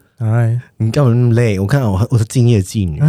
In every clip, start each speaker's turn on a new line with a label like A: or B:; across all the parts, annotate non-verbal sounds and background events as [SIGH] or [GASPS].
A: 哎，
B: 你干嘛那么累？我看我我是敬业妓
A: [LAUGHS]
B: 女。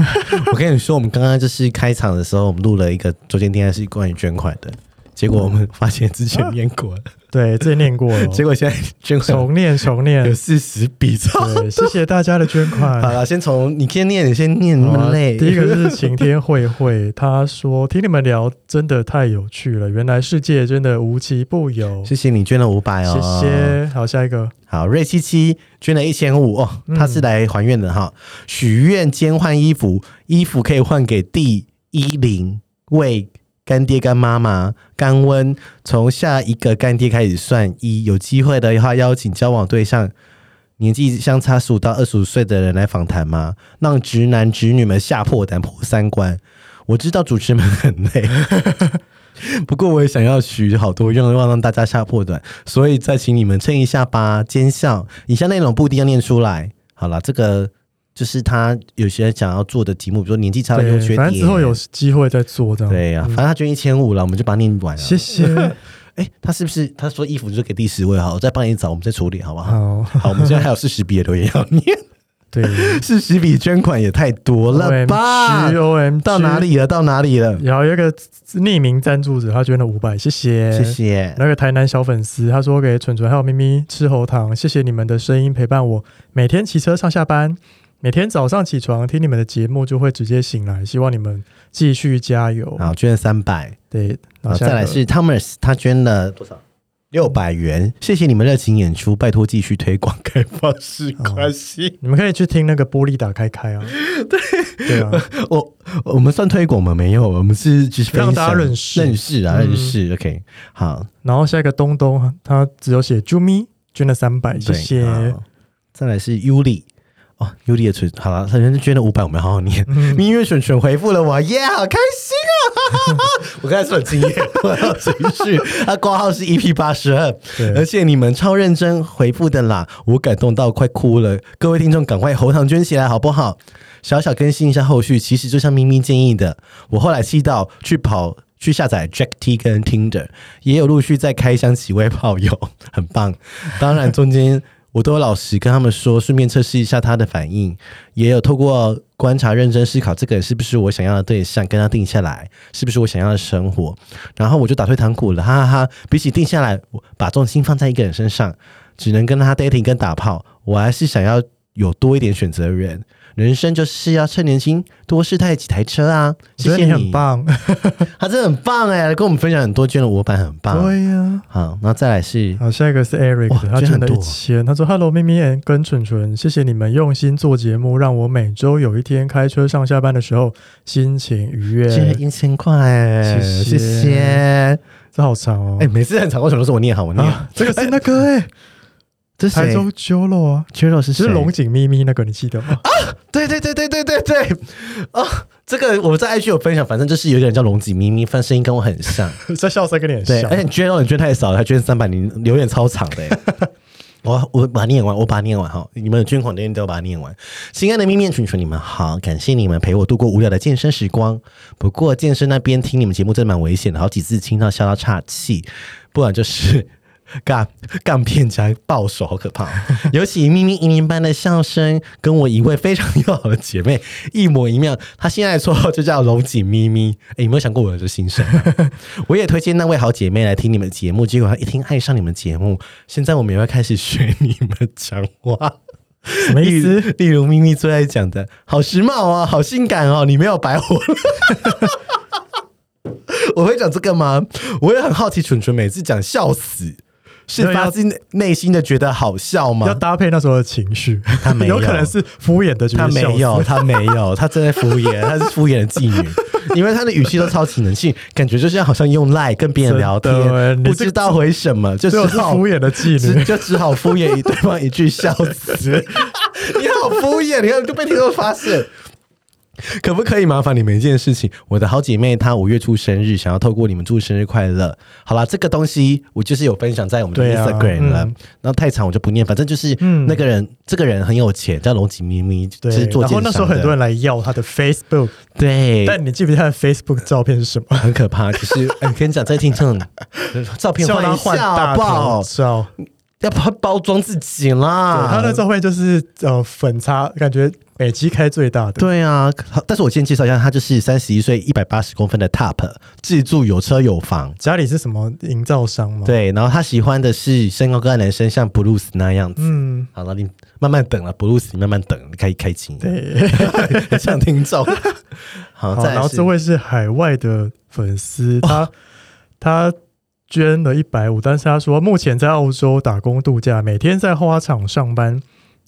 B: 我跟你说，我们刚刚就是开场的时候，我们录了一个周间电台是关于捐款的，结果我们发现之前念过
A: [LAUGHS]
B: 了，
A: 对，这念过 [LAUGHS] 了，
B: 结果现在捐款
A: 重念重
B: 有
A: 念。
B: 四十笔
A: [LAUGHS]
B: 超。
A: 对，谢谢大家的捐款。
B: [LAUGHS] 好了，先从你先念，你先念，那
A: 好啊
B: 么累。
A: 第一个是晴天慧慧，她说听你们聊真的太有趣了，原来世界真的无奇不有。
B: 谢谢你捐了五百哦，
A: 谢。谢。好，下一个，
B: 好，瑞七七捐了一千五哦，他是来还愿的哈，许愿兼换衣服，衣服可以换给第一零位干爹干妈妈干温，从下一个干爹开始算一，有机会的话邀请交往对象。年纪相差十五到二十五岁的人来访谈吗？让直男直女们吓破胆破三观。我知道主持们很累， [LAUGHS] 不过我也想要取好多愿望让大家吓破胆，所以再请你们撑一下吧，奸笑。以下内容不一定要念出来。好了，这个就是他有些人想要做的题目，比如说年纪差的优
A: 对，
B: 缺点。
A: 反正之后有机会再做这样。
B: 对呀、啊反正他捐一千五了，我们就把它念完了。
A: 谢谢。
B: 哎、他是不是他说衣服就给第十位哈？我再帮你找，我们再处理好不 [LAUGHS] 好？
A: 好，
B: 好，我们现在还有四十笔的留言要念，
A: 对 [LAUGHS]
B: 四十笔捐款也太多了
A: 哦
B: 吧？哦
A: ，O M
B: 到哪？里了？到哪里了？
A: 然后有一个匿名赞助者，他捐了五百，谢谢，
B: 谢。谢。
A: 哎那个台南小粉丝，他说给蠢蠢还有咪咪吃喉糖，谢谢你们的声音陪伴我，每天骑车上下班，每天早上起床听你们的节目就会直接醒来，希望你们继续加油。
B: 好，捐了三百。
A: 对，然
B: 好，
A: 后下一
B: 再
A: 个
B: 来是 Thomas，他捐了多少？六百元，谢谢你们热情演出，拜托继续推广开放式
A: [LAUGHS] 哦
B: 关系。
A: 你们可以去听那个玻璃打开开
B: [LAUGHS]
A: 啊，对对啊，
B: 我哦我们算推广吗？没有，我们是只是分享
A: 让大家认识
B: 认识啊，
A: 嗯
B: 认识。OK，好，
A: 然后下一个东东，他只有写啾咪捐了三百，谢
B: 对
A: 谢。。
B: 好再来是 Yuli，哦，Yuli 的存好了，他人家捐了五百，我们好好念。
A: 嗯
B: 明月蠢蠢回复了我，耶、好开心
A: [LAUGHS]
B: 啊！我刚才说很惊艳，我要情绪。他挂号是 EP 八十二
A: 对，
B: 而且你们超认真回复的啦，我感动到快哭了。各位听众，赶快喉糖捐起来好不好？小小更新一下后续，其实就像咪咪建议的，我后来气到去跑。去下载 Jack T 跟 Tinder，也有陆续在开箱几位炮友，很棒。 [LAUGHS] 当然中间我都有老实跟他们说，顺便测试一下他的反应，也有透过观察、认真思考，这个人是不是我想要的对象，跟他定下来，是不是我想要的生活。然后我就打退堂鼓了，哈哈哈！比起定下来，我把重心放在一个人身上，只能跟他 dating 跟打炮，我还是想要有多一点选择的人。人生就是要趁年轻多试探几台车啊！
A: 我觉
B: 谢
A: 得
B: 谢
A: 你很，棒，
B: 他真的很棒哎、跟我们分享很多，捐了五百很
A: [LAUGHS]
B: 棒。
A: 对呀、啊
B: 好，那再来是
A: 好，下一个是
B: 哇
A: Eric，的他
B: 捐
A: 捐
B: 很
A: 了
B: 多啊
A: 一千，他说：“Hello，咪咪 and 跟蠢蠢，谢谢你们用心做节目，让我每周有一天开车上下班的时候心情愉悦。
B: 捐了一千块欸，
A: 谢谢
B: 谢谢。”
A: 这好长哦
B: 哎、。每次很长，为什么都是我念好？我念好，
A: 啊，这个是那
B: [LAUGHS]
A: 个哎、
B: 这是
A: 台
B: 谁
A: 中 Jolo 啊，
B: 缺肉是
A: 就
B: 谁？
A: 是龙井咪咪那个，你记得吗？
B: 啊
A: [LAUGHS]
B: 对对对对对对对哦，这个我在 IG 有分享，反正就是有一个人叫龙井咪咪，反正声音跟我很像。
A: 这笑声跟你很
B: 对，哎
A: 像
B: 而。且你捐肉你捐太少了，还捐三百，你留言超长的、欸。 [LAUGHS] 我我把它念完，我把它念完哈。你们有捐款的人都把它念完。亲爱的咪面群群，你们好，感谢你们陪我度过无聊的健身时光。不过健身那边听你们节目真的蛮危险的，好几次听到笑到岔气，不然就是。 [LAUGHS] 干干片加爆手，好可怕哦、 [LAUGHS] 尤其咪咪一年班的笑声，跟我一位非常要好的姐妹一模一样。她现在的绰号就叫龙井咪咪。哎、有没有想过我的心声啊、 [LAUGHS] 我也推荐那位好姐妹来听你们节目，结果她一听爱上你们节目，现在我们也会开始学你们讲
A: [LAUGHS]
B: 话。
A: 什么意
B: 例如
A: 思？
B: 例如咪咪最爱讲的，好时髦啊，好性感哦，你没有白活了。 [LAUGHS] 我会讲这个吗？我也很好奇，蠢蠢每次讲笑死，是
A: 对要
B: 发自内内心的觉得好笑
A: 要
B: 吗？
A: 搭配那时候的情绪，
B: 他没有
A: 可能是敷衍的，觉
B: 他
A: 得
B: 没
A: 笑死
B: 有，他没有， [LAUGHS] 他正在敷衍，他是敷衍的妓女，因为他的语气都超级能性，感觉就像好像用赖跟别人聊天
A: 真的欸，你
B: 不
A: 这
B: 知道回什么，就
A: 所以我
B: 是
A: 是敷衍的妓
B: 只
A: 女。
B: 就只好敷衍
A: [LAUGHS]
B: 一对方一句笑死，你好敷衍，你看就被听众发现。可不可以麻烦你们一件事情？我的好姐妹她五月初生日，想要透过你们祝生日快乐。好啦，这个东西我就是有分享在我们的
A: 对啊
B: Instagram 了。
A: 嗯
B: 然后太长我就不念，反正就是
A: 嗯
B: 那个人，这个人很有钱，叫龙井咪咪，就
A: 对
B: 是，做
A: 然
B: 健
A: 后那
B: 身
A: 时候很多人来要他的 Facebook，
B: 对，
A: 但你记不记得他的 Facebook 照片是什么？
B: 很可怕。可是哎我跟你讲，在听
A: [LAUGHS]
B: 众照片
A: 叫
B: 换
A: 他
B: 一
A: 换
B: 下
A: 大
B: 好不好
A: 头？照，
B: 要包包装自己啦。
A: 对，他的照片就是呃粉擦，感觉美肌开最大的。
B: 对啊，好但是我先介绍一下，他就是三十一岁，一百八十公分的 Top，自住有车有房。
A: 家里是什么营造商吗？，
B: 对，然后他喜欢的是身高高的男生，像布鲁斯那样子。
A: 嗯，
B: 好了，你慢慢等了，布鲁斯，你慢慢等，你开开心，
A: 对。
B: [LAUGHS] 像听
A: [LAUGHS]
B: 众。
A: 好，
B: 好，再
A: 然
B: 来
A: 后
B: 是
A: 这位是海外的粉丝，他
B: 哦
A: 他捐了一百五，但是他说目前在澳洲打工度假，每天在花场上班，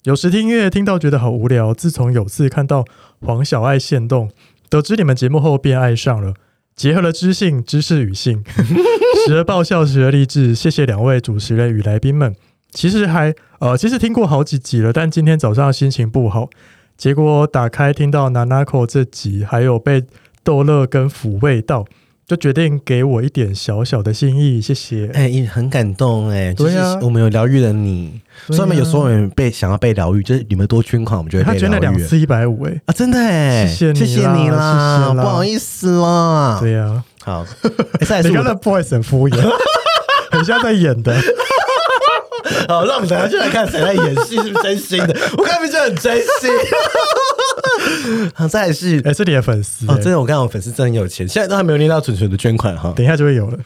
A: 有时听音乐听到觉得好无聊。自从有次看到黄小爱现动，得知你们节目后便爱上了。结合了知性、知识与性， [LAUGHS] 时而爆笑，时而励志。谢谢两位主持人与来宾们。其实还呃，其实听过好几集了，但今天早上心情不好，结果打开听到 Nanako 这集，还有被逗乐跟抚慰到，就决定给我一点小小的心意，谢谢。
B: 哎、很感动哎、就是
A: 对啊
B: 我们有疗愈了你。
A: 对啊
B: 虽然、有时候我们被想要被疗愈，就是你们多捐款，我们就会
A: 他
B: 被
A: 捐了
B: 疗
A: 两
B: 愈。
A: 次一百五，哎，
B: 啊，真的哎、
A: 谢谢你啦
B: 你啦，
A: 谢谢啦
B: 不好意思啦。
A: 对呀、啊，
B: 好，哎再来
A: 你
B: 是
A: 看
B: 我
A: 那
B: 的，
A: boys 很敷衍， [LAUGHS] 很像在演 [LAUGHS] 的。
B: [LAUGHS] 好，让我们等下就来看谁在演戏是不是真心的，我看不就很真心。好，再来是
A: 哎、是你的粉丝、
B: 哦，
A: 哎
B: 真的，我看我粉丝真的很有钱，现在都还没有念到蠢蠢的捐款哈。
A: 等一下就会有了。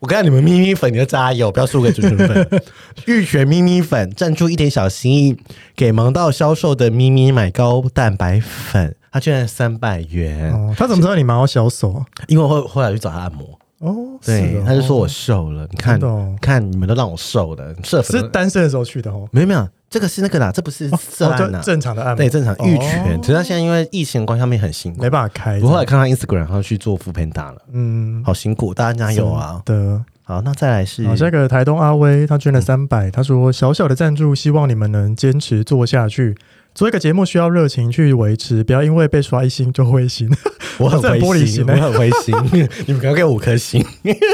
B: 我看你们咪咪粉，你就加油，不要输给蠢蠢粉。玉泉咪咪粉赞助一点小心意，给忙到销售的咪咪买高蛋白粉，他居然三百元，
A: 哦，他怎么知道你毛小手啊？
B: 因为我后后来去找他按摩，
A: 哦，
B: 对，
A: 是哦
B: 他就说我瘦了，你看，
A: 真的哦
B: 看你们都让我瘦了，社粉
A: 是
B: 都
A: 单身的时候去的哦。
B: 没有没有，这个是那个啦，这不是色
A: 哦，
B: 案
A: 就
B: 啦，
A: 正常的按摩，
B: 啊对，正常玉泉，
A: 哦
B: 只是他现在因为疫情的关系，他们也很辛苦
A: 没。办法开。
B: 我后来看他 Instagram，然后去做副片打了，
A: 嗯，
B: 好辛苦，大家加油啊！嗯
A: 的。
B: 好，那再来是
A: 好，下一个台东阿威，他捐了三百、他说小小的赞助，希望你们能坚持做下去。做一个节目需要热情去维持，不要因为被刷一星就灰心。
B: 我很
A: 这很玻
B: 灰
A: 璃
B: 心，
A: 心
B: 我
A: 欸
B: 很灰心， [LAUGHS] 你们可不可以给我五颗星？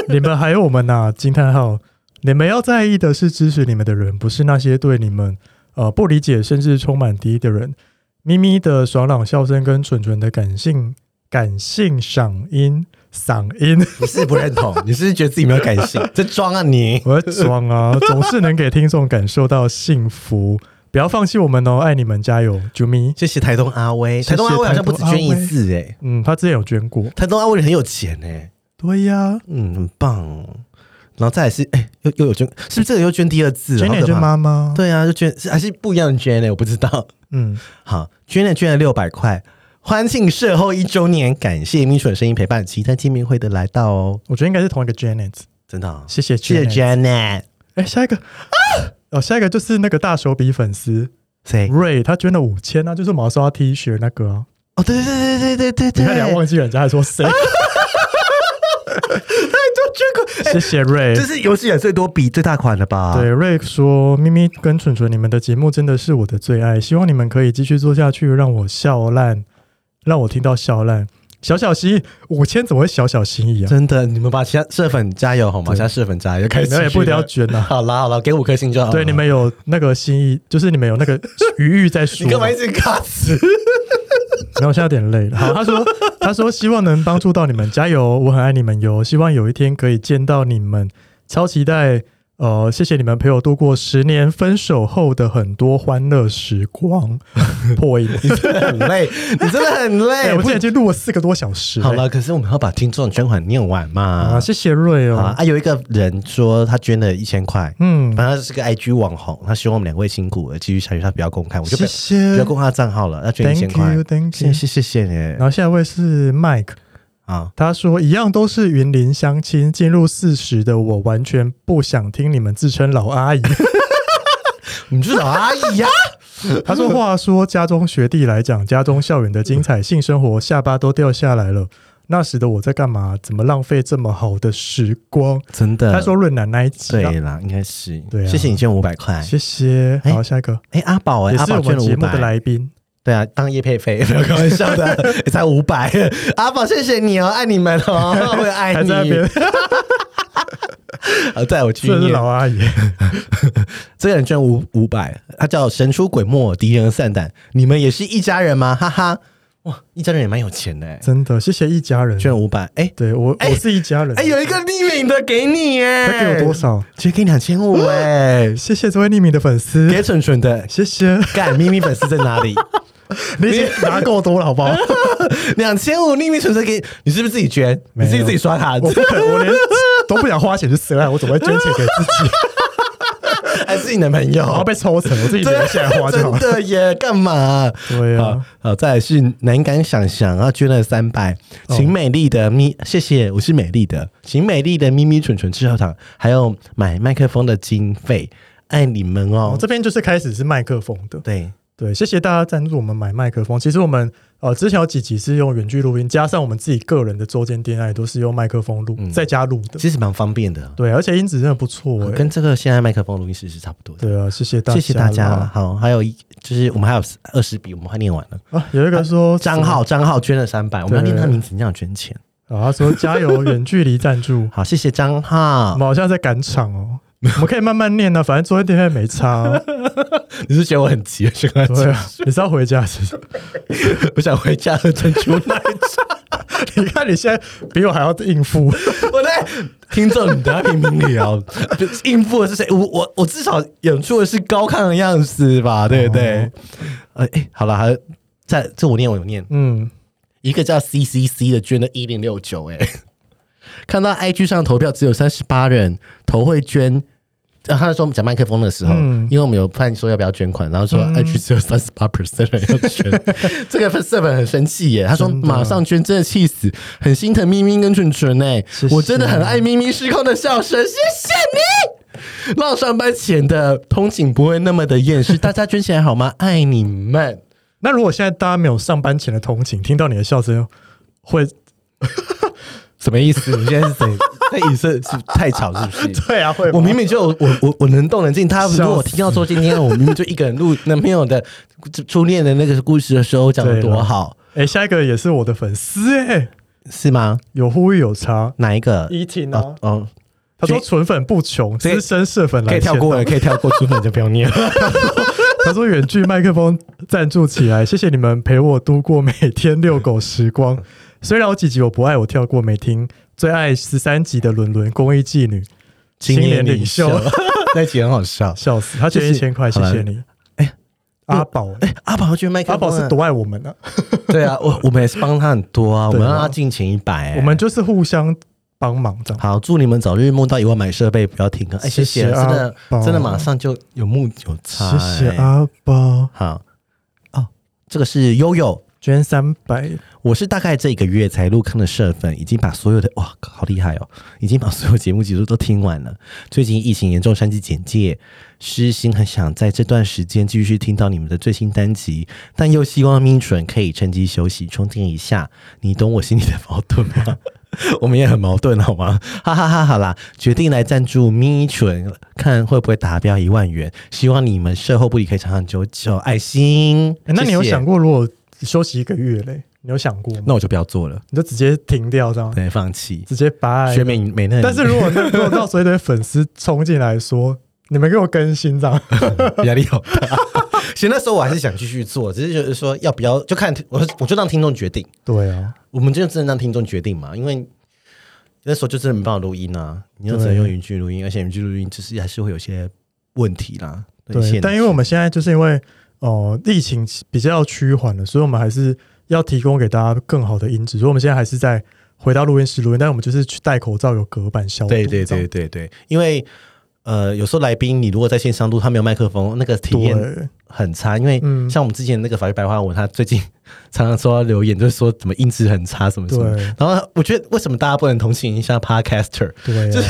A: 你们还有我们呐、惊叹号！你们要在意的是支持你们的人，不是那些对你们呃不理解甚至充满敌意的人。咪咪的爽朗笑声跟蠢蠢的感性感性嗓音嗓音，
B: 你是不认同， [LAUGHS] 你是不是觉得自己没有感性，在装啊
A: [LAUGHS]
B: 你？
A: 我在装啊，总是能给听众感受到幸福。不要放弃我们哦，爱你们，加油，啾咪！
B: 谢谢台东阿威，
A: 谢
B: 台
A: 谢
B: 东阿威好像不止捐一次哎、
A: 嗯，他之前有捐过，
B: 台东阿威很有钱哎、
A: 对呀、
B: 嗯，很棒哦。然后再来是哎、又又有捐，是不是这个又捐第二次了？
A: 捐
B: 好
A: 点
B: 可
A: 捐
B: 怕？
A: 妈妈，，
B: 对啊，就捐是还是不一样的捐哎呢、我不知道。
A: 嗯，
B: 好，捐了捐了六百块，欢庆社后一周年，感谢咪蠢声音陪伴，期待见面会的来到哦，
A: 我觉得应该是同一个 Janet，
B: 真的、哦，
A: 谢啊谢
B: 谢谢
A: Janet。
B: Janet，
A: 哎、下一个啊，哦，下一个就是那个大手笔粉丝
B: 谁？
A: Ray，他捐了五千啊，就是毛刷 T 恤那个、啊，
B: 哦，对对对对对对
A: 你
B: 对，
A: 看你还忘记人家还说
B: [LAUGHS]
A: 谁？哎
B: 就捐
A: 谢谢 Ray，、啊
B: 个，这是有史以来最多笔最大款的吧？
A: 哎对，瑞说：“咪咪跟蠢蠢，你们的节目真的是我的最爱，希望你们可以继续做下去，让我笑烂，让我听到笑烂。小小心意，五千怎么会小小心意啊？
B: 真的，你们把其他社粉加油好吗？
A: 对
B: 其他社粉加油，开
A: 你
B: 始
A: 们也不一定要
B: 了
A: 捐啊。
B: 好啦好啦，给五颗星就好了。
A: 对，你们有那个心意，就是你们有那个余欲在说
B: 你干
A: 嘛。
B: 嘛一直卡词？
A: 然后我现在有点累了。好，他说他说希望能帮助到你们，加油，我很爱你们哟。希望有一天可以见到你们，超期待。呃，谢谢你们陪我度过十年分手后的很多欢乐时
B: [LAUGHS]
A: 光。破音。”
B: 你真的
A: [LAUGHS]
B: 很累，你真的很
A: 哎、我
B: 累。
A: 之前已经录了四个多小时、
B: 好了，可是我们要把听众捐款念完
A: 哎
B: 嘛
A: 啊，。谢谢瑞
B: 好啦
A: 哦。
B: 啊，有一个人说他捐了一千块，
A: 嗯，
B: 反正他是个 IG 网红，他希望我们两位辛苦而继续下去，他不要公开，我就不
A: 谢
B: 要
A: 谢。
B: 不要公开他账号了，要捐一千
A: Thank
B: 块，
A: you，Thank
B: 谢
A: you。
B: 谢谢谢你
A: 然后下一位是 Mike， [LAUGHS]
B: 啊，
A: 他说一样都是云林相亲，进入四十的我完全不想听你们自称老阿姨。
B: 你就是老
A: 哎
B: 阿姨呀。
A: [LAUGHS] 他说：“话说家中学弟来讲，家中校园的精彩性生活，下巴都掉下来了。那时的我在干嘛？怎么浪费这么好的时光？”
B: [LAUGHS] 真的，
A: 他说：“论坛那一集、啊。
B: 对啦，应该是，
A: 嗯对啊
B: 谢谢你捐五百块”，
A: 谢谢。
B: 哎
A: 好，下一个、
B: 哎，阿宝哎，
A: 也
B: 阿
A: 是
B: 宝
A: 我
B: 捐
A: 们
B: 了
A: 节
B: 五
A: 目的
B: 百，
A: 来宾，
B: 对啊，当叶佩菲，没有开玩笑的，
A: [LAUGHS]
B: 也才五百。阿宝，谢谢你哦，爱你们哦，我也爱
A: 还
B: 你
A: 在那。边，
B: 好，带我
A: [LAUGHS]
B: 去
A: 这是
B: 念。
A: 老阿姨，
B: 这个人捐五五百，他叫神出鬼没，敌人散胆。你们也是一家人吗？哈哈，哇，一家人也蛮有钱的欸，
A: 真的，谢谢一家人。
B: 捐五百。哎
A: 对我，
B: 哎
A: 我是一家人。
B: 哎，有一个匿名的给你耶，
A: 他给我多？少？，
B: 直接给你两千五哎
A: 谢谢这位匿名的粉丝，
B: 给蠢蠢的。
A: 谢谢。
B: 干咪咪粉丝在哪里？
A: 你已经拿够多了，好不 [LAUGHS] 好？
B: [LAUGHS] 两千五秘密存折给你，你是不是自己捐？
A: 没有
B: 你自己自己刷卡，
A: 我不可，我连都不想花钱去涉案，我怎么会捐钱给自啊己？
B: 还是你男 [LAUGHS] 朋
A: [LAUGHS]
B: 友？
A: 然后被抽成，我自己留下来花就好
B: 真
A: 了。
B: 的耶，干嘛、
A: 对
B: 好
A: 啊，，
B: 好，再来是难敢想象，然后捐了三百，请美丽的咪，谢谢，我是美丽的，请美丽的咪咪蠢蠢吃后糖，还有买麦克风的经费，爱你们
A: 我
B: 哦。
A: 这边就是开始是麦克风的，
B: 对，
A: 对，谢谢大家赞助我们买麦克风。其实我们呃之前有几集是用远距录音，加上我们自己个人的周间恋爱都是用麦克风录，
B: 嗯
A: 在家录的。
B: 其实蛮方便的，
A: 对，而且音质真的不错哎、
B: 啊跟这个现在麦克风录音室是差不多的。
A: 对啊，谢谢大家，啊
B: 谢谢大家，
A: 啦
B: 好，还有一就是我们还有二十笔，我们快念完了。
A: 啊！有一个说
B: 张浩，张浩捐了三百，我们要念他名字，你这样捐钱。
A: 啊，他说加油，远距离赞
B: [LAUGHS]
A: 助。
B: 好，谢谢张
A: 我
B: 浩
A: 们。好像在赶场哦，我们可以慢慢念啊，反正昨天电台没差啊、
B: [LAUGHS] 你是觉得我很急，是吗？
A: 对啊，你是要回家是不是？
B: [LAUGHS] 我想回家喝珍珠奶茶。
A: [LAUGHS] 你看你现在比我还要应付，
B: [LAUGHS] 我在听众，你等下评评理啊！ [LAUGHS] 就应付的是谁？我我我至少演出的是高亢的样子吧，对不对？呃，哎、好了，还在这我念我有念，
A: 嗯，
B: 一个叫 C C C 的捐了一零六九，哎， [LAUGHS] 看到 I G 上投票只有三十八人投会捐。啊、他说讲麦克风的时候，
A: 嗯
B: 因为我们有看说要不要捐款，然后说 I G 只有三十八 percent 人要
A: [LAUGHS]
B: 捐，这个社本很生气耶，他说
A: 真的
B: 马上捐，真的气死，很心疼咪咪跟蠢蠢哎，
A: 谢谢
B: 我真的很爱咪咪失控的笑声，谢谢你，让上班前的通勤不会那么的厌世，大家捐起来好吗？爱你们。
A: 那如果现在大家没有上班前的通勤，听到你的笑声，会
B: 什么意思？你现在是
A: [LAUGHS]
B: 怎？那意思是太吵是不是？
A: 对啊，会
B: 我明明就有我我我能动能静，他
A: 笑死
B: 如果听到说今天我明明就一个人录男朋友的初恋的那个故事的时候讲的多好，
A: 哎、下一个也是我的粉丝哎、
B: 是吗？
A: 有呼吁有差，
B: 哪一个？
A: 依婷
B: 哦
A: 啊，
B: 哦，
A: 他说纯粉不穷，
B: 所以
A: 资深社粉来
B: 可以跳过
A: 签
B: 了，
A: 到。
B: 可以跳过，出粉就不要念了。
A: 他说远距麦克风赞助起来，谢谢你们陪我度过每天遛狗时
B: [LAUGHS]
A: 光。虽然有几集我不爱，我跳过没听，最爱十三集的伦伦公益妓女， [LAUGHS] 青年领袖，
B: 那集很好笑。
A: 笑死，他捐一千块，
B: 好
A: 谢
B: 了
A: 谢你。哎、阿宝，
B: 哎，阿宝捐麦克
A: 阿
B: 风
A: 宝
B: 啊，
A: 是多爱我们啊！
B: 对啊，我我们也是帮他很多啊，我
A: 对啊
B: 们让他进前一百，哎
A: 我们就是互相帮忙这样。
B: 好，祝你们早日梦到一万买设备，不要停更。哎，谢
A: 谢
B: 谢，
A: 谢
B: 真的
A: 阿宝
B: 真的马上就有木有差、
A: 谢谢
B: 哎。
A: 阿宝，
B: 好，哦，这个是悠悠，
A: 捐三百，
B: 我是大概这个月才入坑的社粉，已经把所有的哇，好厉害哦，已经把所有节目集数都听完了。最近疫情严重，删去简介，私心很想在这段时间继续听到你们的最新单集，但又希望咪准可以趁机休息充电一下。你懂我心里的矛盾吗？ [LAUGHS] 我们也很矛盾，好吗？哈哈哈！好啦，决定来赞助咪蠢，看会不会达标一万元。希望你们售后不理可以长长久久，爱心。
A: 欸那你有
B: 谢谢
A: 想？过如果休息一个月嘞？你有想过吗？
B: 那我就不要做了，
A: 你就直接停掉这样，
B: 对，放弃。
A: 直接拜。
B: 学美美那，
A: 但是如果那如果到时候一堆粉丝冲进来说，你们给我更新
B: [LAUGHS]
A: 这样，
B: 压力好大。其实那时候我还是想继续做，只是就是说要不要就看我，我就让听众决定。
A: 对啊，
B: 我们就真的让听众决定嘛，因为那时候就真的没办法录音啊，你要只能用云剧录音，而且云剧录音就是还是会有些问题啦。
A: 对。但因为我
B: 们
A: 们现在就是因为哦、呃、疫情比较趋缓了，所以我们还是要提供给大家更好的音质。所以我们现在还是在回到录音室录音，但我们就是去戴口罩、有隔板消毒。
B: 对对对，对对，因为呃，有时候来宾你如果在线上录，他没有麦克风，那个体验
A: 对，
B: 很差。因为
A: 嗯
B: 像我们之前那个法律白话文，他最近常常收到留言，就是说怎么音质很差，什么什么
A: 对。啊
B: 然后我觉得为什么大家不能同情一下 Podcaster？ [LAUGHS]
A: 对、啊，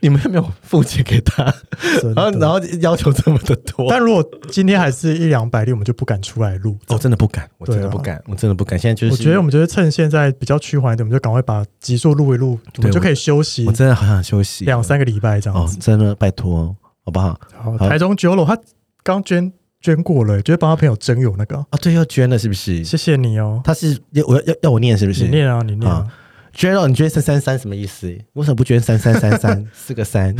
B: 你们有没有付钱给他？
A: 真的
B: 然后然后要求这么的多？
A: [LAUGHS] 但如果今天还是一两百例，我们就不敢出来录。
B: 我真的不敢，我
A: 对啊
B: 真的不敢，我真的不敢。现在哦就是，
A: 我觉得我们就是趁现在比较趋缓一点，我们就赶快把集数录一录，我们就可以休息
B: 我真的好想休息
A: 两三个礼拜这样
B: 哦
A: 子，。
B: 真的拜托，好不好？
A: 好，
B: 好
A: 台中九楼他刚捐捐过了，就是帮他朋友征友那个啊、
B: 啊，对，要捐了是不是？
A: 谢谢你哦，
B: 他是要我要要要我念是不是？
A: 你念啊，你念啊，
B: 捐了，你捐三三三什么意思？为什么不捐三三三 [LAUGHS] 三四个三？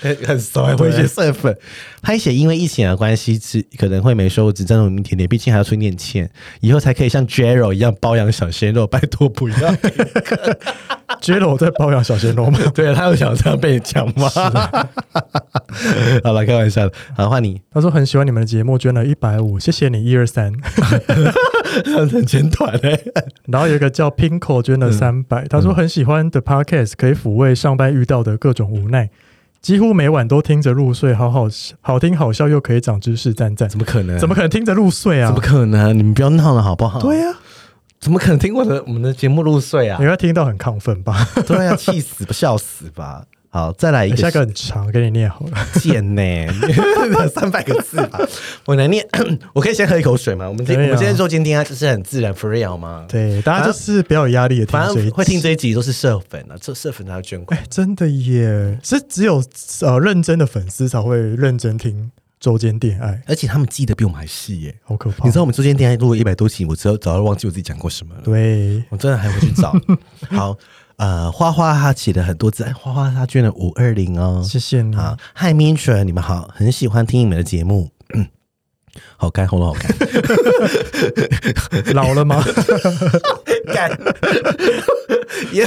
B: 很很熟，还会学算粉。拍写因为疫情的关系，只可能会没收入，只占我们一点点，毕竟还要去念欠，以后才可以像 Jero 一样包养小鲜肉。拜托不要， [LAUGHS] 啊
A: 觉得我在包养小鲜肉吗？ [LAUGHS]
B: 对他有想这样被讲吗？ [LAUGHS] 好了，开玩笑的。好，换你，
A: 他说很喜欢你们的节目，捐了一百五，谢谢你一二三。
B: 很简短欸嘞、
A: 然后有一个叫 Pinko 捐
B: 嗯
A: 了三百、他说很喜欢的 Podcast，可以抚慰上班遇到的各种无奈，几乎每晚都听着入睡，好好好听好笑又可以长知识，赞赞
B: 怎。么可能？
A: 怎么可能听着入睡啊
B: 啊怎么？可能？你们不要闹了好不好？
A: 对呀、
B: 怎么可能听我的我们的节目入睡啊
A: 你？会听到很亢奋
B: [LAUGHS]
A: 吧？
B: 对啊，气死笑死吧！好，再哎来一个，
A: 下一个很长，给你念好了。
B: 贱呢、 [LAUGHS] 三百个字吧，我能念。 [COUGHS] 我可以先喝一口水吗？我们今、
A: 可以啊
B: 我们今天做今天啊，就是很自然 freestyle 嘛。，
A: 对，大家就是不要有压力的听
B: 反
A: 这一
B: 正
A: 集
B: 会听这一集都是社粉啊，这社粉才会捐款。
A: 哎，真的耶，是只有呃认真的粉丝才会认真听周间恋爱，
B: 而且他们记得比我们还细耶、
A: 好可怕。
B: 你知道我们中间电台录了一百多集，我只要早就忘记我自己讲过什么了。
A: 对，
B: 我真的还会去 [LAUGHS] 找。好，呃，花花她写了很多字，哎花花她捐了五二零哦，
A: 谢谢你。
B: 啊，嗨 m i t r 你们好，很喜欢听你们的节目。好干，喉咙好干，
A: 老了吗？
B: [LAUGHS] 干，也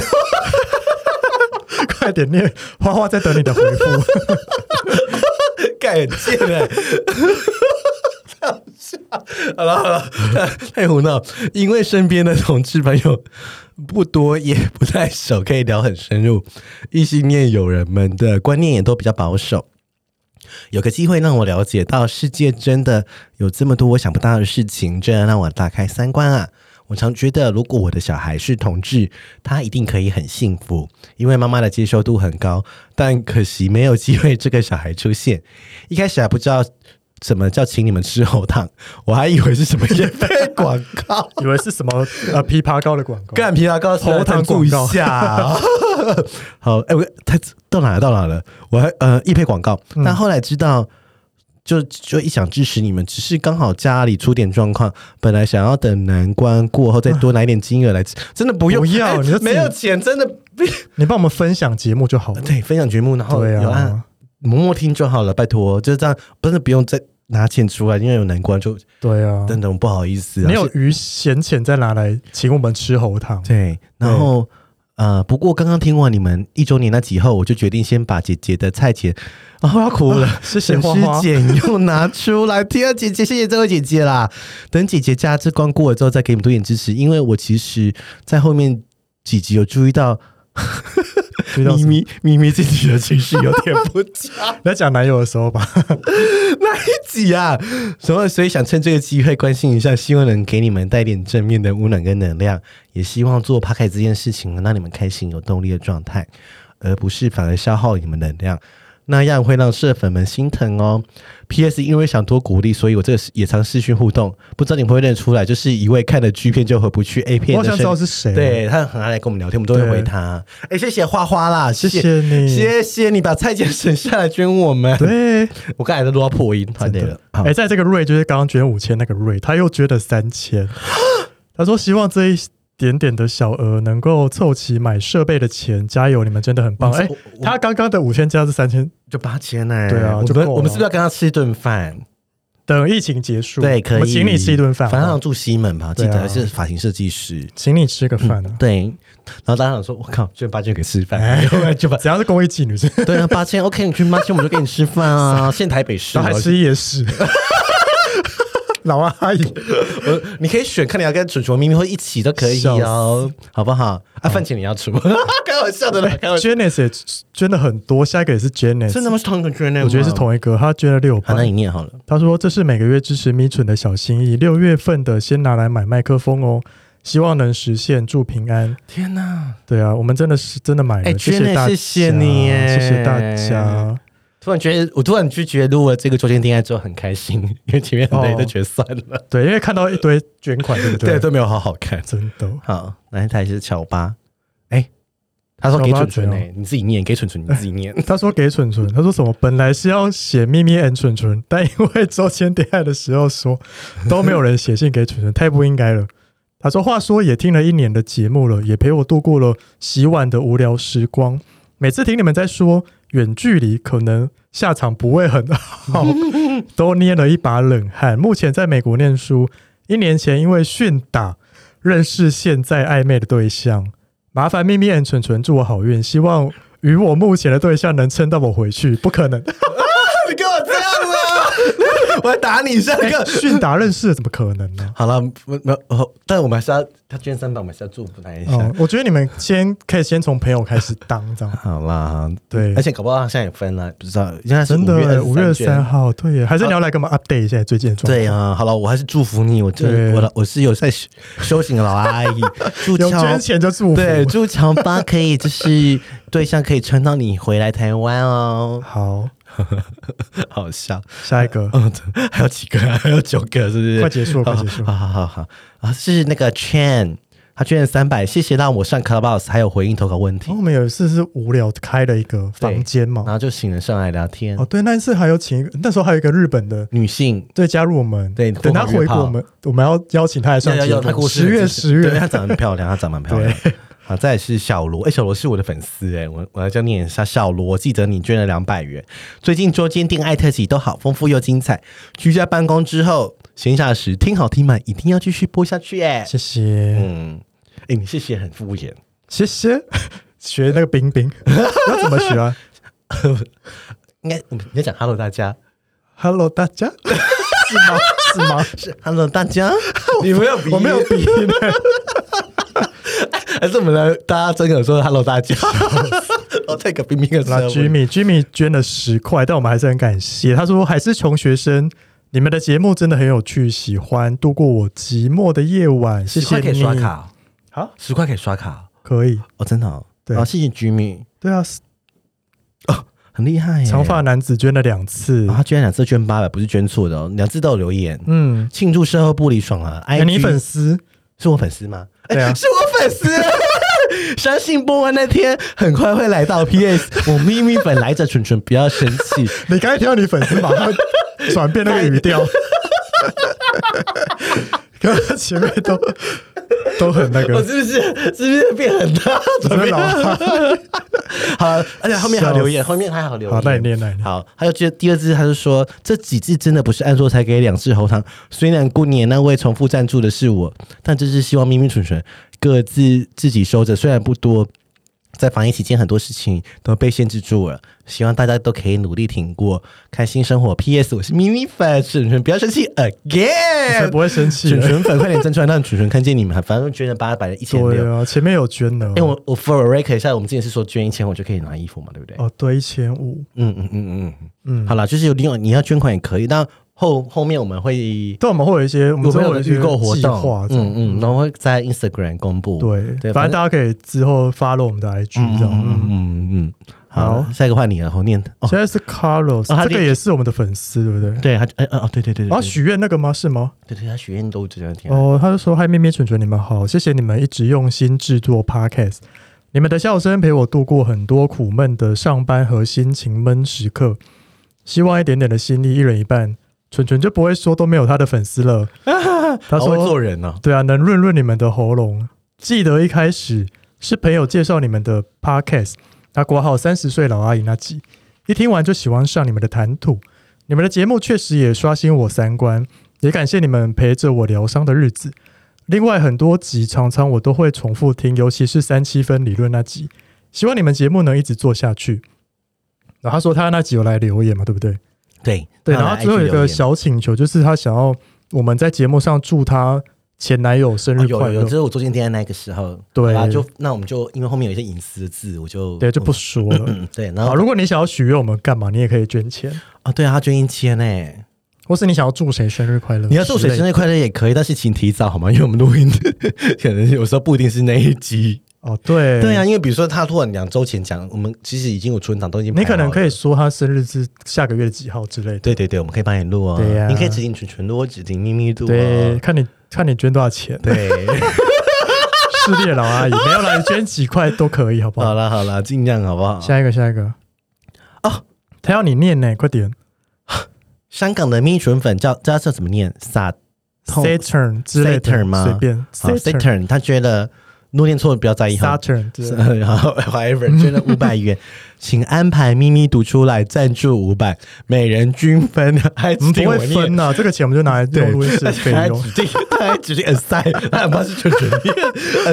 A: 快点念，花花在等你的回
B: [LAUGHS]
A: 复。
B: 干很贱哎、好了好了，太胡闹。因为身边的同志朋友不多，也不太熟，可以聊很深入。异性恋友人们的观念也都比较保守。有个机会让我了解到世界真的有这么多我想不到的事情，真的让我大开三观啊！我常觉得，如果我的小孩是同志，他一定可以很幸福，因为妈妈的接受度很高。但可惜没有机会这个小孩出现。一开始还不知道什么叫请你们吃喉糖，我还以为是什么免费广告。
A: 以为是什么 [LAUGHS] 呃枇杷膏的广告，
B: 干皮拉高
A: 喉糖
B: 注一
A: 广告
B: 下。 [LAUGHS] 好，哎、我他到哪了？到哪了？我还呃，易配广告，
A: 嗯
B: 但后来知道。就就一想支持你们，只是刚好家里出点状况，本来想要等难关过后再多拿一点金额来吃，真的不用
A: 不要
B: 哎
A: 你就自己
B: 没有钱，真的 [LAUGHS] 不
A: 你帮我们分享节目就好了。
B: 对分享节目，然后
A: 对啊
B: 有按默默听就好了，拜托，就是这样，真的不用再拿钱出来，因为有难关就
A: 对啊，
B: 等等不好意思、啊，
A: 你有余闲钱再拿来请我们吃喉糖。
B: 对，然后呃，不过刚刚听完你们一周年那集后，我就决定先把姐姐的菜钱，啊、我要哭了，
A: 谢谢
B: 省
A: 花
B: 吃
A: 花，
B: 俭用拿出来。天啊，姐姐，谢谢这位姐姐啦！等姐姐家这关过了之后，再给你们多点支持，因为我其实在后面几集有注意到
A: 遇到
B: 咪
A: 什么
B: 咪咪咪自己的情绪有点不佳。
A: [LAUGHS] 你在讲男友的时候
B: [LAUGHS]
A: 吧，
B: 哪一集啊？所以所以想趁这个机会关心一下，希望能给你们带点正面的温暖跟能量，也希望做 p 开这件事情能让你们开心、有动力的状态，而不是反而消耗你们能量。那样会让社粉们心疼哦。P.S. 因为想多鼓励，所以我这个也常视讯互动，不知道你们会不会认出来，就是一位看了 G 片就回不去 A 片
A: 我
B: 的
A: 想知
B: 声
A: 道是谁。，
B: 对他很爱来跟我们聊天，我们都会回他。哎、谢谢花花啦，谢
A: 谢谢你
B: 谢谢你把菜钱省下来捐我们。
A: 对，
B: 我刚才都录到破音，太累
A: 真
B: 了
A: 的。
B: 好
A: 哎、在这个瑞就是刚刚捐五千那个瑞，他又捐了三
B: [GASPS]
A: 千。他说希望这一点点的小额能够凑齐买设备的钱，加油，你们真的很棒。
B: 我
A: 哎、
B: 我我
A: 他刚刚的五千加是三千，
B: 就八千呢、
A: 对啊
B: 我
A: 就够
B: 们
A: 了
B: 我们是不是要跟他吃一顿饭？
A: 等疫情结束，
B: 对，可
A: 我
B: 以，
A: 请你吃一顿饭好
B: 反
A: 不
B: 正
A: 好，
B: 好像住西门吧，记
A: 对啊
B: 得是发型设计师。
A: 请你吃个饭啊。
B: 对，然后大家想说，我靠，居然八千可以吃饭
A: 哎，
B: 要不然就把
A: 只要是公益妓女，是
B: [LAUGHS] 对啊，八千 OK，你去八千我们就给你吃饭 [LAUGHS] 啊。现在台北市
A: 然
B: 哦，
A: 后还吃夜
B: [LAUGHS]
A: 市，老阿姨
B: 我，你可以选，看你要跟楚楚咪咪或一起都可以哦，好不好？啊，饭钱你要出， [LAUGHS] 开玩笑的 [LAUGHS] 啦，开玩笑。
A: Janice 也捐了很多，下一个也是 Janice，
B: 呃真的吗？是同一个圈内吗？
A: 我觉得是同一个，他捐了六百
B: 好，。那你念好了。
A: 他说：“这是每个月支持米蠢的小心意，六月份的先拿来买麦克风哦，希望能实现，祝平安。
B: 天哪！”
A: 对啊，我们真的是真的买了，
B: 哎
A: 谢
B: 真的
A: 大家，
B: 谢谢你耶
A: 谢谢大家。
B: 突然觉得，我突然就觉得录了这个周间恋爱之后很开心，因为前面很累
A: 哦
B: 都觉得算了，
A: 对，因为看到一堆捐款，对不
B: 对，
A: 对？
B: 都没有好好看。
A: 真的，
B: 好，来，他也是乔巴，哎、他说给
A: 小八
B: 蠢蠢
A: 怎
B: 哎、
A: 样
B: 你自己念，给蠢 [LAUGHS] 蠢你自己念。
A: [LAUGHS] 他说给蠢蠢，他说什么？本来是要写咪咪 and 蠢蠢，但因为周千恋爱的时候说都没有人写信给蠢蠢，太不应该了。他说：“话说也听了一年的节目了，也陪我度过了洗碗的无聊时光。每次听你们在说远距离可能下场不会很好，都捏了一把冷汗。目前在美国念书，一年前因为训打认识现在暧昧的对象，麻烦咪咪 and 蠢蠢祝我好运，希望与我目前的对象能撑到我回去。不可能，
B: 你给我这样啊！
A: [LAUGHS]
B: 我要打你上
A: 哎
B: 课。
A: 训打认识的怎么可能呢？
B: 好了，没没，哦但我们还是要他捐三百，我们还 [LAUGHS] 是要祝福他一下。
A: 哦，我觉得你们先可以先从朋友开始当，这样
B: 好啦，
A: 对
B: 啊而。且搞不好他现在也分了，不知道。现在是
A: 真的，五
B: 五
A: 月
B: 月
A: 三
B: 三。
A: 号，对耶，还是你要来跟我们 update 一下最近的状况？
B: 对啊，好了，我还是祝福你，我
A: 对
B: 这我的我是有在修修行的老
A: [LAUGHS]
B: 阿姨，祝
A: 有
B: 乔
A: 捐钱就祝福。
B: 对祝乔巴可以就是对象可以撑到你回来台湾哦，
A: 好，
B: 好笑，
A: 下一个，
B: 嗯，还有几个啊，还有九个是不是？
A: 快结束了
B: 好
A: 快结束了
B: 好好好好啊，是那个 Chan，他捐了三百，谢谢让我上 Clubhouse 还有回应投稿问题
A: 哦然后，我们有一次是无聊开了一个房间嘛
B: 然，后就请人上来聊天
A: 哦，，对，那一次还有请一个，那时候还有一个日本的，
B: 女性
A: 对，加入我们，
B: 对
A: 等他
B: 疯狂
A: 回
B: 约炮
A: 国，我们我们要邀请他来上节
B: 她
A: 目。
B: 故
A: 十
B: 事很
A: 月
B: 精
A: 十
B: [LAUGHS] 彩对
A: 月，
B: 她长得很漂亮，她长得蛮漂亮的。好，再来是小罗，哎、小罗是我的粉丝哎、我我要叫念一下小罗，我记得你捐了两百元。最近捉奸恋爱特辑都好丰富又精彩，居家办公之后闲暇时听好听满，一定要继续播下去哎、
A: 谢谢，
B: 嗯，哎、你谢谢很敷衍，
A: 谢谢。 [LAUGHS] 学那个冰 [LAUGHS] 冰，要怎么学啊
B: 应该我们你要讲 hello 大 [LAUGHS] 家
A: ？Hello，大家， [LAUGHS] 是吗？是吗？
B: 是 hello 大家， [LAUGHS] 你没有鼻音
A: 我没有，鼻 [LAUGHS] 音欸，
B: 还是我们来大家真的说 hello 大家， [LAUGHS] 我 take 个冰冰
A: [LAUGHS]
B: 的
A: 那 Jimmy Jimmy 捐了十块，但我们还是很感谢。他说还是穷学生，你们的节目真的很有趣，喜欢度过我寂寞的夜晚，谢
B: 十
A: 谢
B: 块
A: 你。
B: 可以刷卡哦，
A: 好，
B: 十块可以刷卡哦。
A: 可以，
B: 哦，真的、哦，
A: 对
B: 哦，谢谢 Jimmy，
A: 对啊，
B: 很厉害耶，
A: 长发男子捐了两次
B: 哦，，他捐两次捐八百，不是捐错的哦，两次都有留言。
A: 嗯，
B: 庆祝售后不离爽啊！
A: 哎、
B: 哎，
A: 你粉丝
B: 是我粉丝吗？哎 [LAUGHS]
A: 对啊
B: 是我粉丝。相信播完那天很快会来到。P.S. 我咪咪本来着蠢蠢，不要生气。
A: 你刚才听到你粉丝马上转变那个语调， [LAUGHS] 刚刚前面都都很那
B: 我
A: 个，
B: 是不是是不是变很大？
A: 真的老
B: [LAUGHS] 好，而且后面还有留言，后面还有留言。
A: 好那你念那你念
B: 好，还有这第二次，他就说这几次真的不是按说才给两次喉糖，虽然过年那位重复赞助的是我，但这次希望咪咪蠢蠢各自自己收着，虽然不多。在防疫期间，很多事情都被限制住了。希望大家都可以努力挺过，开心生活。P.S. 我是咪咪粉，蠢蠢不要生气
A: 才
B: again。
A: 不会生气
B: 蠢
A: 了。
B: 蠢粉，快点站出来，让蠢蠢看见你们。反正捐了八百、一千六
A: 对，啊，前面有捐的、
B: 因为哎我我 for a record 一下，我们之前是说捐一千我就可以拿衣服嘛，对不对？
A: 哦，对，一千五，
B: 嗯嗯嗯嗯
A: 嗯
B: 嗯。好啦，就是有利用你要捐款也可以，但后后面我们会
A: 但我们会有一些，我们
B: 我
A: 之
B: 们
A: 后有
B: 有
A: 一
B: 个
A: 些
B: 预购活
A: 计划
B: 动，，嗯嗯，然后会在 Instagram 公布。
A: 对，
B: 对，
A: 反
B: 反
A: 正大家可以之后 follow 我们的 IG 这样。
B: 嗯
A: 嗯
B: 嗯嗯嗯。
A: 好
B: 好，下一个换你了，后念哦，
A: 现在是 Carlos，
B: 哦他
A: 这个也是我们的粉丝，对不对？
B: 对，他哎哦对对对
A: 然
B: 对
A: 后许愿那个吗？是吗？
B: 对对，他许愿都这样填。
A: 啊哦，他就说：“嗨，妹妹、蠢蠢，你们好，谢谢你们一直用心制作 podcast，你们的笑声陪我度过很多苦闷的上班和心情闷时刻。希望一点点的心力，一人一半，蠢蠢就不会说都没有他的粉丝了。他
B: 好会
A: 说
B: 做人呢：“，
A: 对啊，能润润你们的喉咙。记得一开始是朋友介绍你们的 podcast，他挂号三十岁老阿姨那集，一听完就喜欢上你们的谈吐。你们的节目确实也刷新我三观，也感谢你们陪着我疗伤的日子。另外很多集常常我都会重复听，尤其是三七分理论那集，希望你们节目能一直做下去。然后他说他那集有来留言嘛，对不对？
B: 对
A: 对，然后
B: 他
A: 最后有一个
B: 来 IG 留言
A: 小请求，就是他想要我们在节目上祝他前男友生
B: 哦
A: 日
B: 有
A: 快
B: 有
A: 乐，
B: 有，这是我昨天恋爱那个时候，
A: 对
B: 好啦就那我们就因为后面有一些隐私的字，我就
A: 哎对，就不说了。
B: 嗯对，然
A: 好，
B: 后
A: 如果你想要许愿我们干嘛，你也可以捐 [LAUGHS] 钱，
B: 哦，对啊，他捐一千哎。
A: 或是你想要祝谁生日快嗯乐之类的，
B: 你要祝谁生
A: 日
B: 日快乐也可以，但是请提早好吗？因为我们录音 [LAUGHS] 可能有时候不一定是那一集。
A: 哦，对
B: 对啊，，因为比如说他突然两周前讲，我们其实已经有存档，都已经
A: 你可能可
B: 以。
A: 以说他生日是下个月几号之类的，
B: 对对对，我们可以帮你录哦。
A: 对啊
B: 你可以指
A: 啊
B: 定纯纯录，或指定咪咪录、哦。
A: 对，看你看你捐多少钱，
B: 对，
A: 势利的老阿姨，没有啦，你捐几块都可以，好不
B: [LAUGHS] 好
A: [LAUGHS] 好？
B: 啦好啦，尽量好不好？
A: 下一个，下一个。
B: 哦，
A: 他要你念呢，快点。
B: 香港的咪准粉叫知道叫怎么念？撒痛
A: 哦 Saturn 哦之类的
B: Saturn 吗
A: 随便。
B: 好 Saturn，他觉得如果念错了不要在意哈。
A: Saturn 之类的
B: 然后 whatever 捐了五百元，请安排咪咪读出来赞助五百，每人均分，还
A: 我
B: 指
A: 们不
B: 定我
A: 会
B: 念
A: 分啊呐、这个钱我们就拿来用录音室 [LAUGHS]
B: 而
A: 的
B: 且
A: 费
B: 他还
A: 用
B: 指。定，他还指定 aside，他不是准准念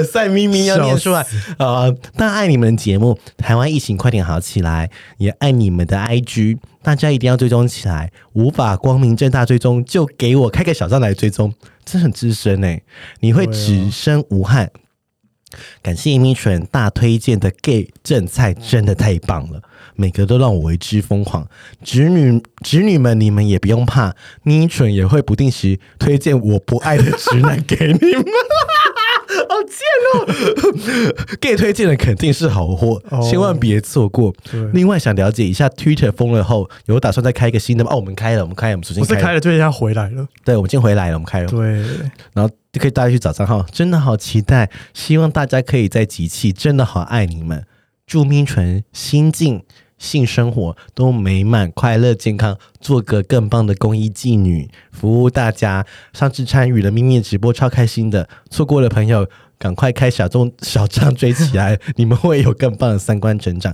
B: aside 咪咪要念出来。呃，但爱你们的节目，台湾疫情快点好起来，也爱你们的 IG，大家一定要追踪起来。无法光明正大追踪，就给我开个小账来追踪，这很资深哎、你会
A: 对啊
B: 只身无憾。感谢咪纯大推荐的 gay 正菜真的太棒了，每个都让我为之疯狂。侄女侄女们，你们也不用怕，咪纯也会不定时推荐我不爱的直男给你们。 [LAUGHS] 好贱哦 [LAUGHS] ！gay 推荐的肯定是好货，
A: 哦
B: 千万别错过。
A: 对
B: 另外，想了解一下 Twitter 封了后，有打算再开一个新的吗？哦，我们开了，我们开了，我们重新
A: 不是
B: 开了。
A: 开了，最近要回来了。
B: 对，我们今天回来了，我们开了。
A: 对，
B: 然后就可以大家去找账号，真的好期待，希望大家可以再集气，真的好爱你们，祝咪纯心境、性生活都美满、快乐、健康，做个更棒的公益妓女，服务大家。上次参与了咪咪的直播，超开心的，错过的朋友赶快开小众小账追起来， [LAUGHS] 你们会有更棒的三观成长，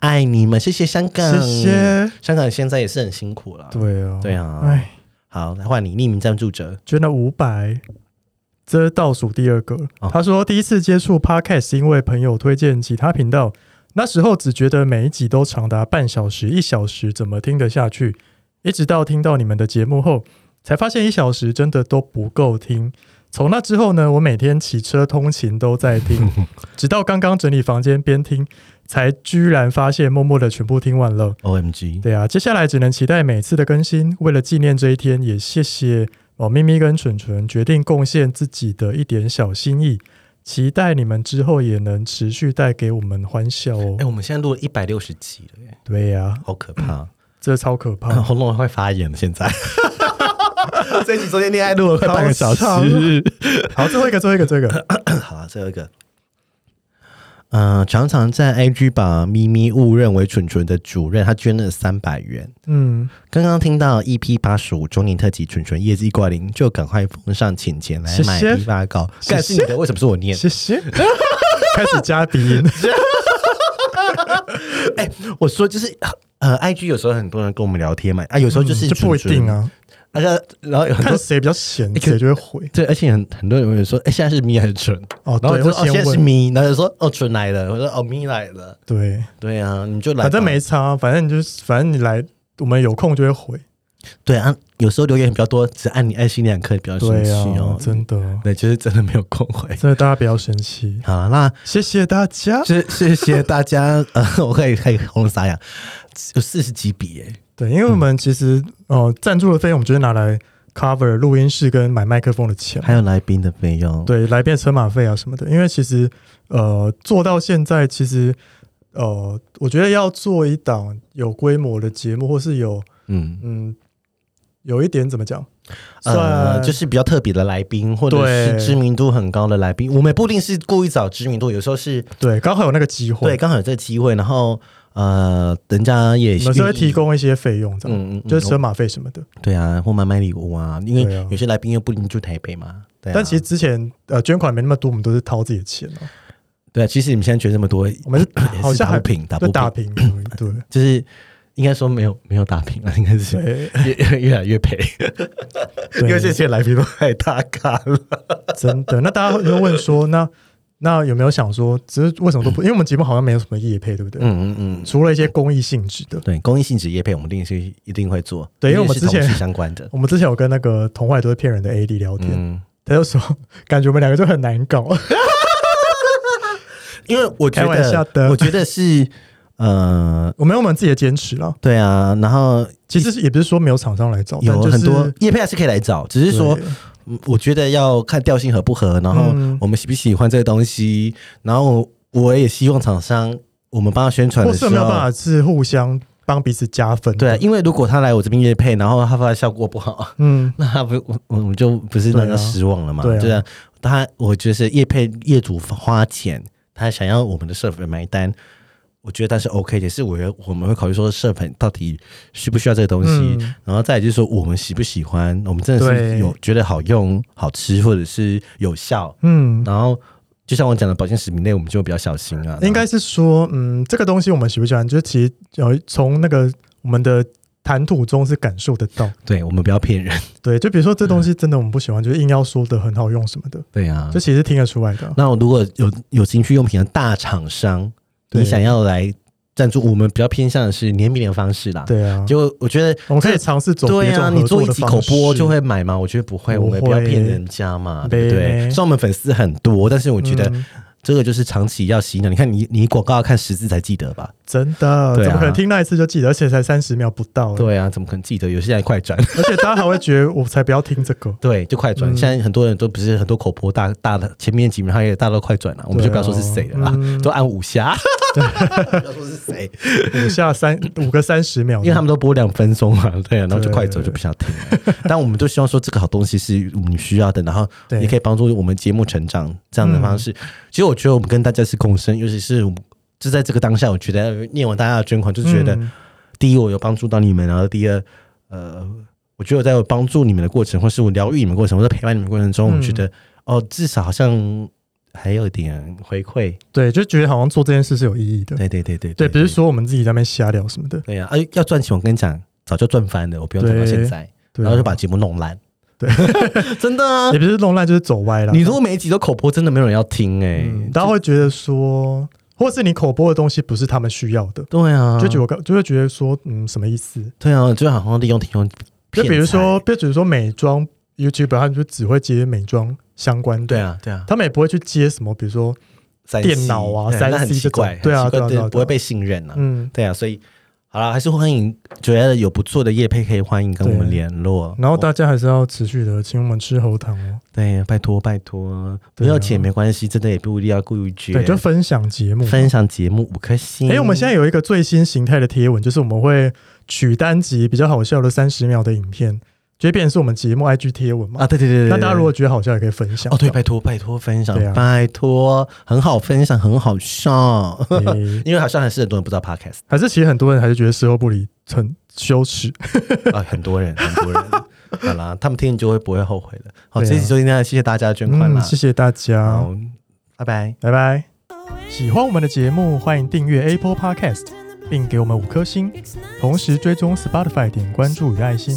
B: 爱你们，谢谢香港，
A: 谢谢，
B: 香港现在也是很辛苦了。
A: 对啊，
B: 对啊，
A: 哎，
B: 好，来换你匿名赞助者，
A: 捐了五百，这是倒数第二个了。
B: 哦
A: 他说第一次接触 Podcast 是因为朋友推荐其他频道，那时候只觉得每一集都长达半小时、一小时，怎么听得下去？一直到听到你们的节目后，才发现一小时真的都不够听。从那之后呢，我每天骑车通勤都在听，直到刚刚整理房间边听，才居然发现默默的全部听完了。
B: O M G，
A: 对啊，接下来只能期待每次的更新。为了纪念这一天，也谢谢哦咪咪跟蠢蠢决定贡献自己的一点小心意，期待你们之后也能持续带给我们欢笑哦
B: 哎、。我们现在录了一百六十集了耶，
A: 对呀、
B: 好可 [LAUGHS] 怕！
A: 这超可怕。
B: 喉咙会发炎了，现在。这一集昨天恋爱录了快半个小时。
A: 好好，最后一个，最后一个，最后一
B: [LAUGHS]
A: 个，
B: 好了，最后一 [LAUGHS] 个。嗯、常常在 IG 把咪咪误认为蠢蠢的主任，他捐了三百元。
A: 嗯，
B: 刚刚听到 EP 八十五周年特辑，蠢蠢业绩挂零，就赶快奉上请柬来
A: 谢
B: 买
A: 谢
B: 枇杷膏。
A: 谢
B: 干是你的，为什么是我念？
A: 谢
B: [LAUGHS]
A: 谢。开始加鼻音，
B: 我说就是呃，IG 有时候很多人跟我们聊天嘛，啊，有时候就是
A: 这不一定啊，
B: 蠢蠢，啊，然后有很多
A: 看谁比较闲，
B: 哎可
A: 谁就会回。
B: 对，而且很很多人会说，哎、现在是咪还是蠢？
A: 哦，对，
B: 然后我就
A: 会
B: 说哦，现在
A: 先
B: 是
A: 问，
B: 咪，然后就说哦，蠢来了，我说哦，咪来了，
A: 对，
B: 对啊，你就来吧，
A: 反正没差，啊反正你就是，反正你来，我们有空就会回。
B: 对啊，有时候留言比较多，只按你爱心两颗，比较生
A: 对
B: 气
A: 啊
B: 哦，，
A: 真的。
B: 对，就是真的没有空回。
A: 真的大家不要生气，
B: 好，那
A: 谢谢大家。
B: 谢 [LAUGHS] 谢谢大家， [LAUGHS] 呃，我可以可以喉咙沙哑，有四十几笔耶，
A: 对，因为我们其实呃赞助的费用，我们就是拿来 cover 录音室跟买麦克风的钱，
B: 还有来宾的费用，，
A: 对，来变车马费啊什么的。因为其实呃做到现在，其实呃我觉得要做一档有规模的节目，或是有
B: 嗯，
A: 嗯有一点怎么讲，
B: 呃，
A: 算
B: 就是比较特别的来宾，或者
A: 对
B: 是知名度很高的来宾，我们不一定是故意找知名度，有时候是
A: 对，刚好有那个机
B: 对，
A: 会，
B: 刚好有这个机会，然后呃，人家也
A: 我们是会
B: 愿意
A: 提，供一些费用，这样、
B: 嗯嗯，
A: 就是
B: 嗯
A: 车马费什么的。
B: 对啊，或买买礼物啊，因
A: 对
B: 为
A: 啊
B: 有些来宾又不一定住台北嘛，对啊。
A: 但其实之前呃捐款没那么多，我们都是掏自己的钱啊，
B: 对啊，其实你们现在觉得这么多，
A: 我们
B: 也
A: 好
B: 是
A: 像
B: 打
A: 还
B: 不平，打不
A: 就
B: 平，
A: 打平而已，对。
B: [LAUGHS] 就是应该说没有没有打平啊了，应该是
A: 对，
B: [LAUGHS] 越越越来越赔，因为这
A: 对
B: 些来宾都太大咖
A: [LAUGHS]
B: 了。
A: 真的。那大家就问说，那那有没有想说，只是为什么都不？因为我们节目好像没有什么业配，对不对？
B: 嗯嗯嗯。
A: 除了一些公益性质的，
B: 对，公益性质业配，我们一定是一定会做，
A: 对因为我们
B: 一定
A: 之
B: 是
A: 前
B: 同事相关的，
A: [LAUGHS] 我们之前有跟那个童话也都会骗人的 AD 聊天，
B: 嗯，
A: 他就说感觉我们两个就很难搞， [LAUGHS]
B: 因为我觉
A: 开玩笑的
B: 得，我觉得是，呃，
A: 我们有我们自己的坚持啦。
B: 对啊，然后
A: 其实也不是说没有厂商来找，
B: 有
A: 但就是
B: 很多叶配还是可以来找，只是说，嗯我觉得要看调性合不合，然后
A: 嗯
B: 我们喜不喜欢这个东西，然后我也希望厂商我们帮他宣
A: 对
B: 传
A: 或
B: 的
A: 是
B: 时
A: 有没有办
B: 候
A: 法是互相。帮彼此加分。
B: 对，，啊因为如果他来我这边夜配，然后他发现效果不好， [LAUGHS]
A: 嗯，
B: 那他不我我我就不是让
A: 对
B: 他
A: 啊
B: 失望了嘛？
A: 对啊
B: 啊，他我觉得是夜配业主花钱，他想要我们的社粉买单。我觉得他是 OK 的，是我觉得我们会考虑说社粉到底需不需要这个东西，
A: 嗯
B: 然后再来就是说我们喜不喜欢，我们真的是
A: 对
B: 有觉得好用、好吃或者是有效，
A: 嗯，
B: 然后就像我讲的保健食品类，我们就比较小心啊。
A: 应该是说，嗯，这个东西我们喜不喜欢，就是其实有从那个我们的谈吐中是感受得到。
B: 对我们不要骗人，
A: 对，就比如说这东西真的我们不喜欢，就是硬要说的很好用什么的，
B: 对啊
A: 这。其实听得出来的。
B: 那我如果有有情趣用品的大厂商，
A: 对
B: 你想要来赞助，我们比较偏向的是年比年方式啦。，
A: 对啊，
B: 结果我觉得
A: 我们可以尝试走
B: 对
A: 别
B: 啊，
A: 种
B: 你
A: 合
B: 做
A: 作
B: 一
A: 的
B: 集
A: 方
B: 口
A: 式。
B: 播就会买吗？我觉得不会，
A: 不
B: 我们不要
A: 会
B: 骗人家嘛，
A: 没
B: 对不对？
A: 呢
B: 虽然我们粉丝很多，但是我觉得
A: 嗯
B: 这个就是长期要洗脑。你看你你广告要看十次才记得吧？
A: 真的，
B: 对啊
A: 怎么可能听那一次就记得？而且才三十秒不到，，
B: 对啊，怎么可能记得？有些人快转。。
A: 而且大家还会觉得我才不要听这 [LAUGHS] 个
B: 对，就快转。
A: 嗯
B: 现在很多人都不是很多口播大大的，前面几名他也大到快转啊了，我们就不要说是谁了啦，
A: 啊嗯
B: 都按五下， [LAUGHS] 不要说是谁，
A: 五下三五个三十秒，
B: [LAUGHS] 因为他们都播两分钟嘛，对啊，然后就快走
A: 对
B: 就不想听了。但我们都希望说这个好东西是我们需要的，然后
A: 对嗯
B: 也可以帮助我们节目成长这样的方式。其实我觉得我们跟大家是共生，尤其是我们就在这个当下，我觉得念完大家的捐款，就觉得、
A: 嗯
B: 第一我有帮助到你们，然后第二呃，我觉得我在帮助你们的过程，或是我疗愈你们的过程，或者陪伴你们的过程
A: 嗯
B: 中，我觉得哦，至少好像还有点回馈。
A: 对，就觉得好像做这件事是有意义的。
B: 对对对对
A: 对，不是说我们自己在那边瞎聊什么的，
B: 对呀、啊，要赚钱，我跟你讲，早就赚翻了，我不用等到
A: 对
B: 现在。
A: 对啊
B: 然后就把节目弄烂。
A: 对，
B: [LAUGHS] 真的啊 [LAUGHS]
A: 也！不是弄烂，就是走歪了。
B: 你如果每一集都口播，真的没有人要听哎、
A: 嗯大家会觉得说，或是你口播的东西不是他们需要的，
B: 对啊，
A: 就觉得我就会觉得说，嗯，什么意思？
B: 对啊，就好像利用听众
A: 就
B: 骗财。
A: 比如说，就比如说美妆 YouTube，他们就只会接美妆相关的，
B: 对，啊，对啊，
A: 他们也不会去接什么，比如说，
B: 三 C
A: 电脑啊
B: 对
A: 三
B: 那很
A: C
B: 奇
A: 这种
B: 怪，
A: 对啊
B: 很奇怪
A: 对啊对啊对啊
B: 不会被信任啊。
A: 嗯，
B: 对啊，所以好了，还是欢迎觉得有不错的业配可以欢迎跟我们联络。
A: 啊然后
B: 哦
A: 大家还是要持续的请我们吃喉糖哦，
B: 对，拜托拜托，没
A: 对啊
B: 有钱没关系，真的也不一定要顾绝。
A: 对，就分享节目，
B: 分享节目五颗星。
A: 哎、我们现在有一个最新形态的贴文，就是我们会取单集比较好笑的三十秒的影片，就会变成是我们节目 IG 贴文嘛。
B: 啊，对对对对，对
A: 那大家如果觉得好笑，也可以分享。
B: 哦，对，拜托拜托分享
A: 对，啊
B: 拜托，很好分享，很好笑。 [LAUGHS]
A: 诶
B: 因为好像还是很多人不知道 podcast
A: 还是其实很多人还是觉得事后不理很羞耻。
B: 啊，很
A: [LAUGHS]
B: 多人，很多人。好啦，他们听就会不会后悔了。好，
A: 对啊
B: 这集就这样，谢谢大家的捐款啦，
A: 嗯谢啊谢大家，
B: 好，拜拜。
A: 拜拜。喜欢我们的节目，欢迎订阅 Apple Podcast，并给我们五颗星，同时追踪 Spotify 点关注与爱心。